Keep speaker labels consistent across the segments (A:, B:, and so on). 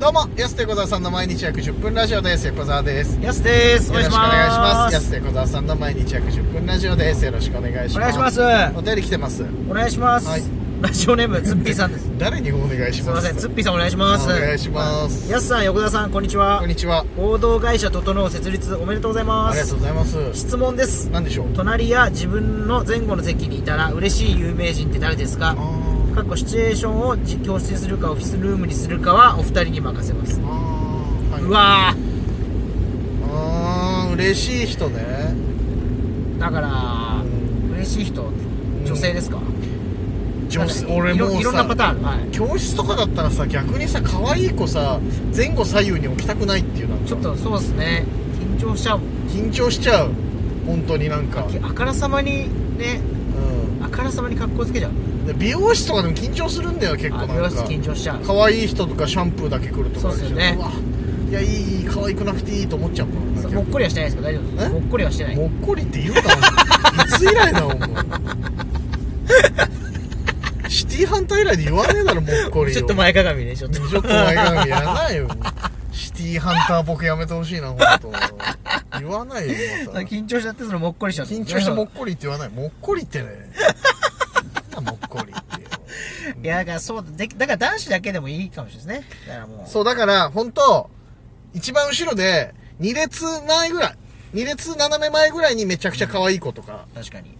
A: どうも、安手小沢さんの毎日約10分ラジオです。横澤です。よ
B: やすです。
A: ろしくお願いします。安
B: す。
A: 手小沢さんの毎日約10分ラジオです。よろしくお願いします。
B: お願いします。
A: お便り来てます。
B: お願いします。
A: はい
B: ラジオネーム、ツッピーさんです。
A: 誰にお願いし
B: すみ
A: ま
B: ますせん、ツッピーさんお願いしま
A: お
B: す。
A: 願いします
B: やすさん、横田さん、こんにちは
A: こん。にちは。
B: 合同会社整う設立おめでとうございま
A: ありが
B: す
A: と。うございます。
B: 質問です。
A: 何でしょう
B: 隣や自分の前後の席にいたら嬉しい有名人って誰です
A: あ
B: か
A: ー
B: かっこシチュエーションを実況してするかオフィスルームにするかはお二人に任せます。
A: あー、はいう
B: わ
A: あー嬉しい人ね。
B: ー、だから、嬉しい人、女性ですか
A: 女性、俺
B: いろ
A: もうさ
B: いろんなパターンある。はい。
A: 教室とかだったらさ、逆にさ、可愛い子さ、前後左右に置きたくないっていうなんか
B: ちょっとそうですね緊張しちゃう
A: 緊張しちゃう。本当になんか。
B: あからさまにね
A: うん。
B: あからさまに格好つけちゃう
A: で美容室とかでも緊張するんだよ結構な
B: あ
A: んか
B: 美容室緊張しちゃう
A: 可愛い人とかシャンプーだけ来るとかあるじゃん
B: そうっすよね
A: わいやいいいい可愛くなくていいと思っちゃうもん
B: そうもっこりはしてないですけど大丈夫です
A: え
B: もっこりはしてない
A: もっこりって言うかいつ以来だお前 シティ反対以来で言わねえだろもっこりを
B: ちょっと前かがみねち ょっと
A: ちょっと前髪やらないよシティハンター僕やめてほしいな本当言わないよ今 さ
B: 緊張しちゃってそのもっこりしちゃう
A: 緊張してもっこりって言わないもっこりってねなんだもっこりってよ
B: いやだからそうでだから男子だけでもいいかもしれないですねだからもう
A: そう、だから、本当一番後ろで、2列前ぐらい、2列斜め前ぐらいにめちゃくちゃ可愛い子とか、
B: 確かに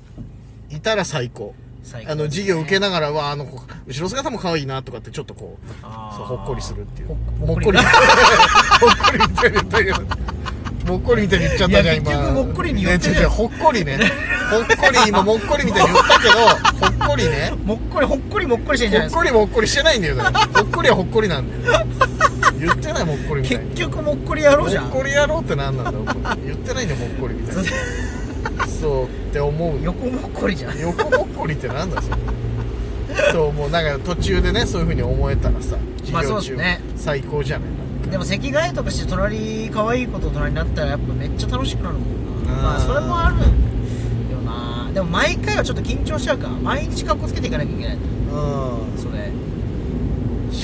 A: いたら最高。
B: 最高
A: あの、授業受けながら、わあ、あの子、後ろ姿も可愛いなとかって、ちょっとこう、
B: あー
A: そうほっこりするっていう。
B: ほ
A: も
B: ほ
A: っ
B: っ
A: こ
B: こ
A: り。
B: り
A: ほっこりみたいに言ったけど。もっこりみたいに言っちゃったじゃん、
B: いや
A: 今。
B: 結局もっこりに言ってる
A: ね違う違うほっこりね。ほっこり、今、もっこりみたいに言ったけど、ほっこりね。
B: もっこりほっこりもっこりしてんじゃ
A: ほ
B: ない
A: っ
B: ですか
A: こりもほっこりしてないんだよ、だからほっこりはほっこりなんだよ。言ってない、もっこりみたいに
B: 結。局もっこりやろうじゃ
A: も
B: ん
A: っこりやろうってなんなんだよ言ってないんだよもっこりみたいなそうって思うよ
B: 横もっこりじゃん
A: 横もっこりってなんだそれそうもうなんか途中でねそういう風に思えたらさ
B: まあ
A: 授
B: そう
A: 業
B: っす
A: 中
B: ね
A: 最高じゃない
B: でも席替えとかして隣可愛い子と隣になったらやっぱめっちゃ楽しくなるもんな
A: あー
B: まあそれもあるよなでも毎回はちょっと緊張しちゃうか毎日格好つけていかなきゃいけない
A: うん
B: それ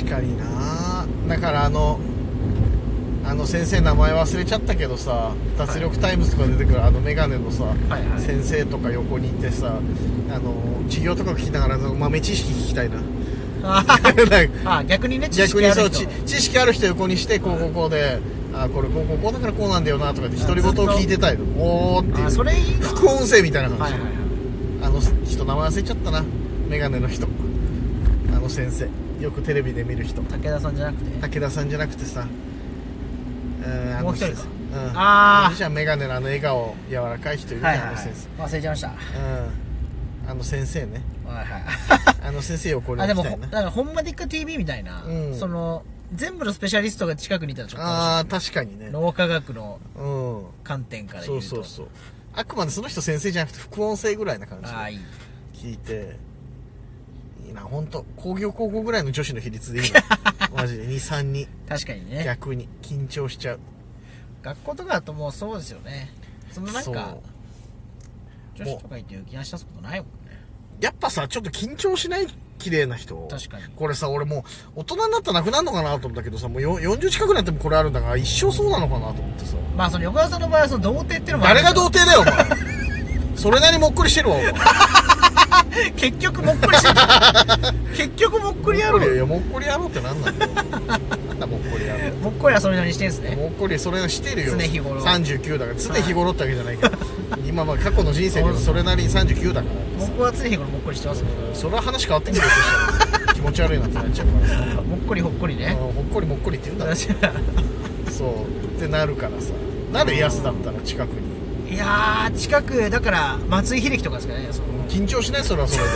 A: 確かになだからあのあの先生名前忘れちゃったけどさ脱力タイムズとか出てくるあのメガネのさ、
B: はいはい
A: 先生とか横にいてさあの授業とか聞きながら豆知識聞き たいななんか
B: あ逆にね知
A: 逆
B: 識
A: に
B: あ
A: そう
B: る
A: 知
B: 人
A: 知識ある人横にしてこうこうこうで、あこれこうこうこうだからこうなんだよなとかって
B: あ
A: 独り言を聞いてたいのおーってい
B: あ
A: う
B: それいいな
A: 副音声みたいな感
B: はい
A: じ、
B: はいはい
A: あの人名前忘れちゃったなメガネの人あの先生よくテレビで見る人
B: 武田さんじゃなくて
A: 武田さんじゃなくてさうん
B: もう一人か
A: うん、
B: あー
A: いるじゃんメガネのあの笑顔柔らかい人いるじゃん、あの先生
B: 忘れちゃいましたは
A: うんあの先生ね
B: いはい
A: あの先生横に
B: あで
A: 行
B: も
A: きた
B: ほ
A: いな
B: だからほんまでっか TV みたいな、
A: うん
B: その全部のスペシャリストが近くにいたらちょっと楽し
A: ああー確かにね
B: い脳科学の
A: うん
B: 観点から
A: そ
B: 言う
A: う
B: と
A: そうそうあくまでその人先生じゃなくて副音声ぐらいな感じ
B: ああいい
A: で聞いていいな本当工業高校ぐらいの女子の比率で いいのマジで23に
B: 確かにね
A: 逆に緊張しちゃう
B: 学校とかだともうそうですよねそのなん
A: そう
B: か女子とかいて浮き足出すことないもんね
A: やっぱさちょっと緊張しない綺麗な人
B: 確かに
A: これさ俺もう大人になったらなくなるのかなと思ったけどさもうよ40近くなってもこれあるんだから一生そうなのかなと思ってさ
B: まあその横田さんの場合はその童貞っていうのも
A: 誰が童
B: う
A: 貞だよお前それなりにもっこりしてるわお前
B: 結局もっこりしてる 結局もっこり やろ
A: いや
B: う
A: いやもっこりやろうってなんなんだよなんだもっこりやろう
B: もっこりはそれなりにしてんすね
A: もっこりそれはしてるよ
B: 常日頃
A: 39だから常日頃ってわけじゃない けど今まあ過去の人生でもそれなりに39だから
B: 僕は常日頃もっこりしてますもん
A: それは話変わってくるよそした ら気持ち悪いなってなっちゃうからさ
B: もっこりほっこり
A: あの
B: ね
A: ほっこりもっこりって言うんだろ
B: 私は
A: そうってなるからさなるやすだったら近くに
B: いやー近くだから松井秀喜とかですかねその
A: 緊張しないそれは それで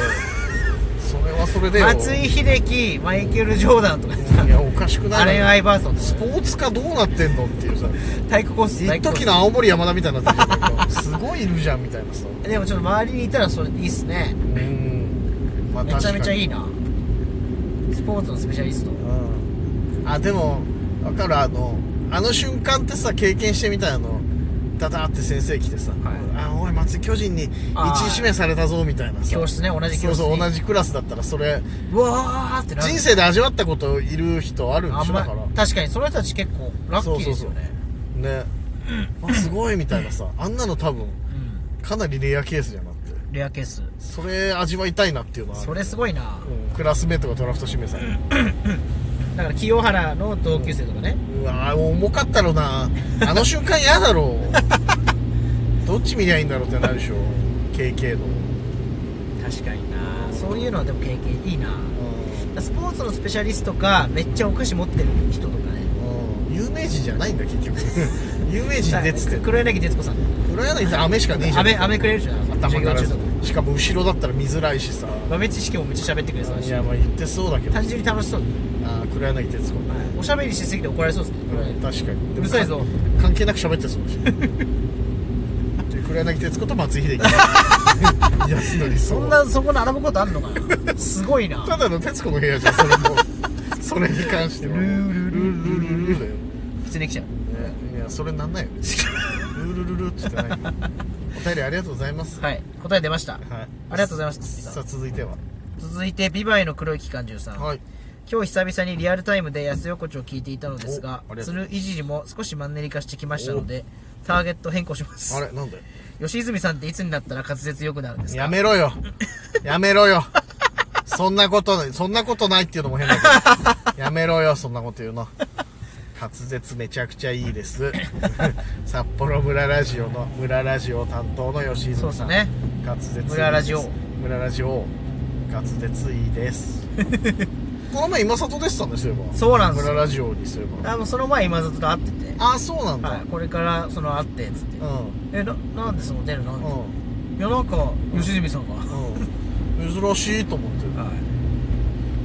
A: それはそれでよ
B: 松井秀喜マイケル・ジョーダンとかさ
A: いやおかしくない
B: アレン・アイバーソンと
A: ス
B: か
A: ポーツ科どうなってんのっていうさ
B: 体育コース体
A: 一
B: 育コース
A: 時の青森山田みたいになってるじゃんなんかすごいいるじゃんみたいなさ
B: でもちょっと周りにいたらそれいいっすね
A: うんまあ
B: めちゃめちゃい
A: い
B: いなスポーツのスペシャリスト
A: うんあでも分かるあのあの瞬間ってさ経験してみたいあのダダーって先生来てさ「
B: はい
A: あおい松井巨人に
B: あー
A: 1位指名されたぞ」みたいなさ
B: 教室ね同じ教室に
A: そうそう同じクラスだったらそれ
B: うわーってなる
A: 人生で味わったこといる人あるんで
B: あ
A: し
B: ん
A: ょ
B: ま
A: だから
B: 確かにその人たち結構ラッキーですよね
A: ねあすごいみたいなさあんなの多分かなりレアケースじゃなくて
B: うんレアケース
A: それ味わいたいなっていうのはある
B: それすごいな
A: うんクラスメートがドラフト指名される
B: だから清原の同級生とかね
A: うわー重かったろうなあの瞬間嫌だろ うどっち見りゃいいんだろうってなるでしょ KK の
B: 確かになそういうのはでも経験いいなスポーツのスペシャリストかめっちゃお菓子持ってる人とかね
A: うん有名人じゃないんだ結局 有名人でっつって
B: 黒柳徹子さん
A: 黒柳さん雨しかねえじゃん
B: 飴飴くれるじゃん
A: 頭
B: 授業
A: から
B: 中と
A: さ
B: か
A: しかも後ろだったら見づらいしさ
B: 豆知識もめっちゃ喋ってくれそうだ
A: い
B: し
A: やまあ言ってそうだけど
B: 単純に楽しそう、
A: あー黒柳徹子
B: おしゃべりしすぎて怒られそうですね、黒柳
A: 確かに
B: うるさいぞ
A: 関係なく喋って そうだしで黒柳徹子と松井 秀喜やつのり
B: そんなそこ並ぶことあるの かなすごいな
A: ただの徹子の部屋じゃんそれもそれに関しては
B: ルール
A: ル
B: ル
A: ルルルルだよ、
B: 普通に来ちゃう
A: ねいやそれなんないよルールルルって言ってないよお便りありがとうございます、
B: はい答え出ました、
A: はい、あ
B: りがとうございます
A: さあ続いては
B: 続いてビバイの黒い機関銃さん、
A: はい
B: 今日久々にリアルタイムで安横丁を聞いていたのですが
A: おありがとう
B: 鶴いじりも少しマンネリ化してきましたのでターゲット変更しま
A: あ
B: す
A: れなんで
B: 吉泉さんっていつになったら滑舌良くなるんですか
A: やめろよやめろよそんなことないそんなことないっていうのも変だけどやめろよそんなこと言うの滑舌めちゃくちゃいいです札幌村ラジオの村ラジオ担当の吉井
B: そ
A: さ
B: うんですね
A: 滑舌いいです
B: 村ラジオ
A: 村ラジオ滑舌いいです この前今里でしたんですよ
B: そうなんですよ
A: 村ラジオにすれば
B: あもうその前今里と会ってて、
A: ああそうなんだ、
B: はい、これからその会ってっつって
A: う
B: えななんでその出るの、
A: んうん
B: いやなんか吉住さんが、は
A: うん珍しいと思って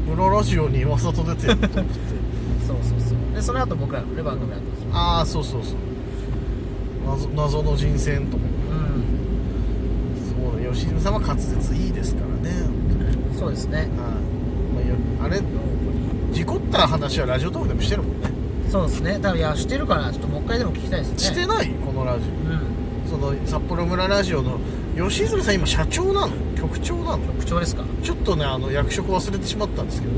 A: 村ラジオに今里出てると思 って
B: い、そうそうそうでその後僕らのね番組だったんですよ
A: ああそうそうそう謎謎の人選とか
B: う
A: そうだ吉住さんは滑舌いいですからね
B: んそうですね
A: はい、まあよ、あれ事故った話はラジオトークでもしてるもん ね
B: そうですね多分いやしてるかなちょっともう一回でも聞きたいですね
A: してないこのラジ
B: うん
A: オその札幌村ラジオの吉住さん今社長なの局長なの
B: 口調ですか
A: ちょっとねあの役職忘れてしまったんですけど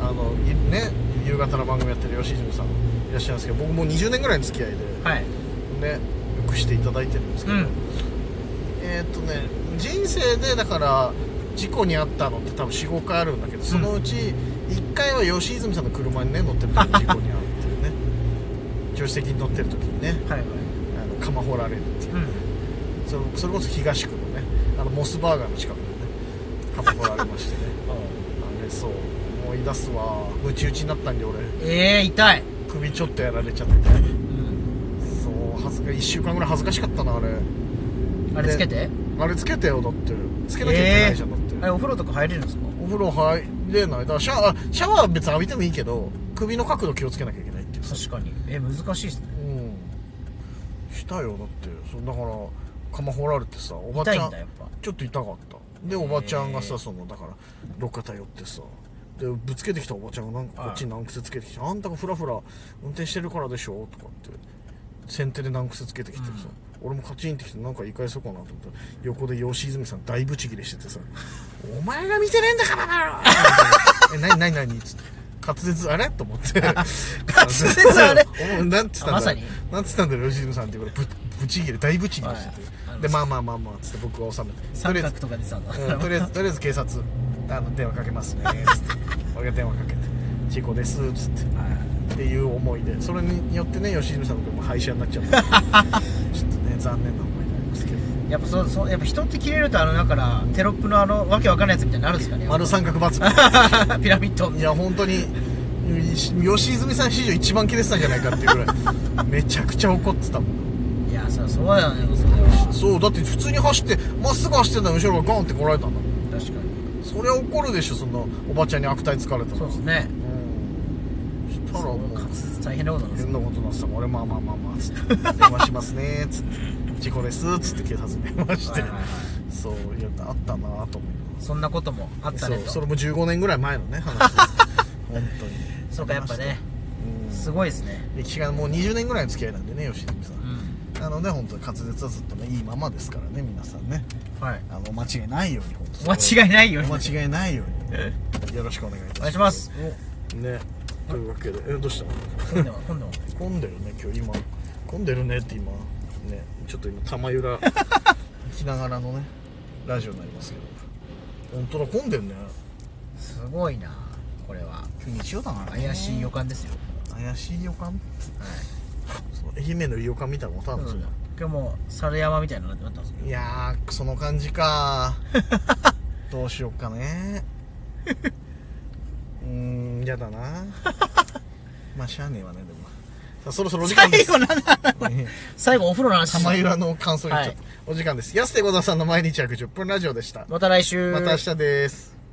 A: あのいね夕方の番組やってる吉住さんいらっしゃるんですけど僕もう20年ぐらいの付き合いで、
B: はい
A: ねよくしていただいてるんですけど、
B: うん
A: えーっとね人生でだから事故に遭ったのって多分45回あるんだけどそのうち1回は吉泉さんの車にね乗ってる時に事故に遭うっていうね助手席に乗ってる時にね
B: はいはい
A: あの釜掘られるっていう
B: うん
A: それそれこそ東区のねあのモスバーガーの近くでね釜掘られま してねあれそう思い出すわムチ打ちになったんで俺
B: ええ痛い、
A: 首ちょっとやられちゃってそう恥ずか1週間ぐらい恥ずかしかったなあれ
B: あれつけて
A: あれつけてよだってつけなきゃいけないじゃん、
B: えーあ
A: だって
B: れお風呂とか入れるんですか
A: お風呂入れないだからシャワーシャワーは別に浴びてもいいけど首の角度気をつけなきゃいけないっていうさ
B: 確かにえ難しいっすね
A: うんしたよだってそうだから釜掘られてさおばち
B: 痛い
A: ゃ
B: ん
A: ん
B: だやっぱ
A: ちょっと痛かったでおばちゃんがさそのだから路肩寄ってさでぶつけてきたおばちゃんがなんか
B: はい
A: こっちに難癖つけてきて「あんたがフラフラ運転してるからでしょ」とかって先手で難癖つけてきてさ、俺もカチンってきてなんか言い返そうかなと思ったら横で吉泉さん大ブチギレしてて さ「お前が見てねえんだからだろ!」え何何何?」っつって滑舌あれと思 って滑
B: 舌あれ
A: 何つったんだろう
B: まさに
A: なんつったんだろう吉泉さんって言うからぶぶちギレ大ブチギレしてて、
B: はいあの
A: でまあまあまあまあつって僕は収めてと
B: 三
A: りあえ
B: 角
A: ず
B: とか出てたんだ、
A: うんとりあえずとりあえず警察あの電話かけ ますねつって俺が電話かけて「事故です」っつってっていう思いでそれによってね吉住さんのも廃車になっちゃった ちょっとね残念な思いになりますけど
B: やっぱそうそうやっぱ人って切れるとあのだからテロップのあのわけわかんないやつみたいになるんですかね
A: 丸三角×
B: ピラミッド
A: いや本当に吉住さん史上一番キレてたんじゃないかっていうぐらいめちゃくちゃ怒ってたもん
B: いやそりゃそうだよねそれは
A: そうだって普通に走ってまっすぐ走ってたら後ろがゴンって来られたんだもん
B: 確かに
A: そりゃ怒るでしょそんなおばちゃんに悪態つかれたら
B: そうですね
A: うんそしたらもう
B: 滑舌大変なことなんです
A: 変なことになってたから俺まあまあまあまあつって電話しますねつって事故ですつって警察に電話して
B: はいはいは
A: そういやあったなと思います
B: そんなこともあったね
A: そう
B: と
A: そ
B: そ
A: れも15年ぐらい前のね話です 本当に
B: うかやっぱね
A: うん
B: すごいですね
A: 歴史がもう20年ぐらいの付き合いなんでね吉住さん
B: うん
A: あのね本当に滑舌はずっとねいいままですからね皆さんね
B: はい
A: あの間違いないように本当
B: お間違いないように
A: お間違いないよ
B: え
A: うによろしくお願いい
B: お
A: た
B: 願い
A: し
B: し
A: ま
B: ます
A: すねというわけでえどうしたの
B: 今度は今度は
A: 混んでるね今日今混んでるねって今ねちょっと今玉 揺ら行きながらのねラジオになりますけど本当だ混んでるね
B: すごいなこれは
A: 今日日曜だな
B: 怪しい予感ですよ
A: 怪しい予感その愛媛の予感みたいなのも多
B: はい
A: 分それ
B: 今日もう猿山みたいになってなったんですけど
A: いやーその感じ かどうしよっかねうーんやだ なまあしゃあねえわねでもさあそろそろお時間で
B: 最
A: す
B: 後なんだ
A: ね
B: 最後お風呂の話
A: 玉浦の感想言っちゃった、
B: はい
A: お時間です安手小田さんの毎日約10分ラジオでした
B: また来週
A: また明日です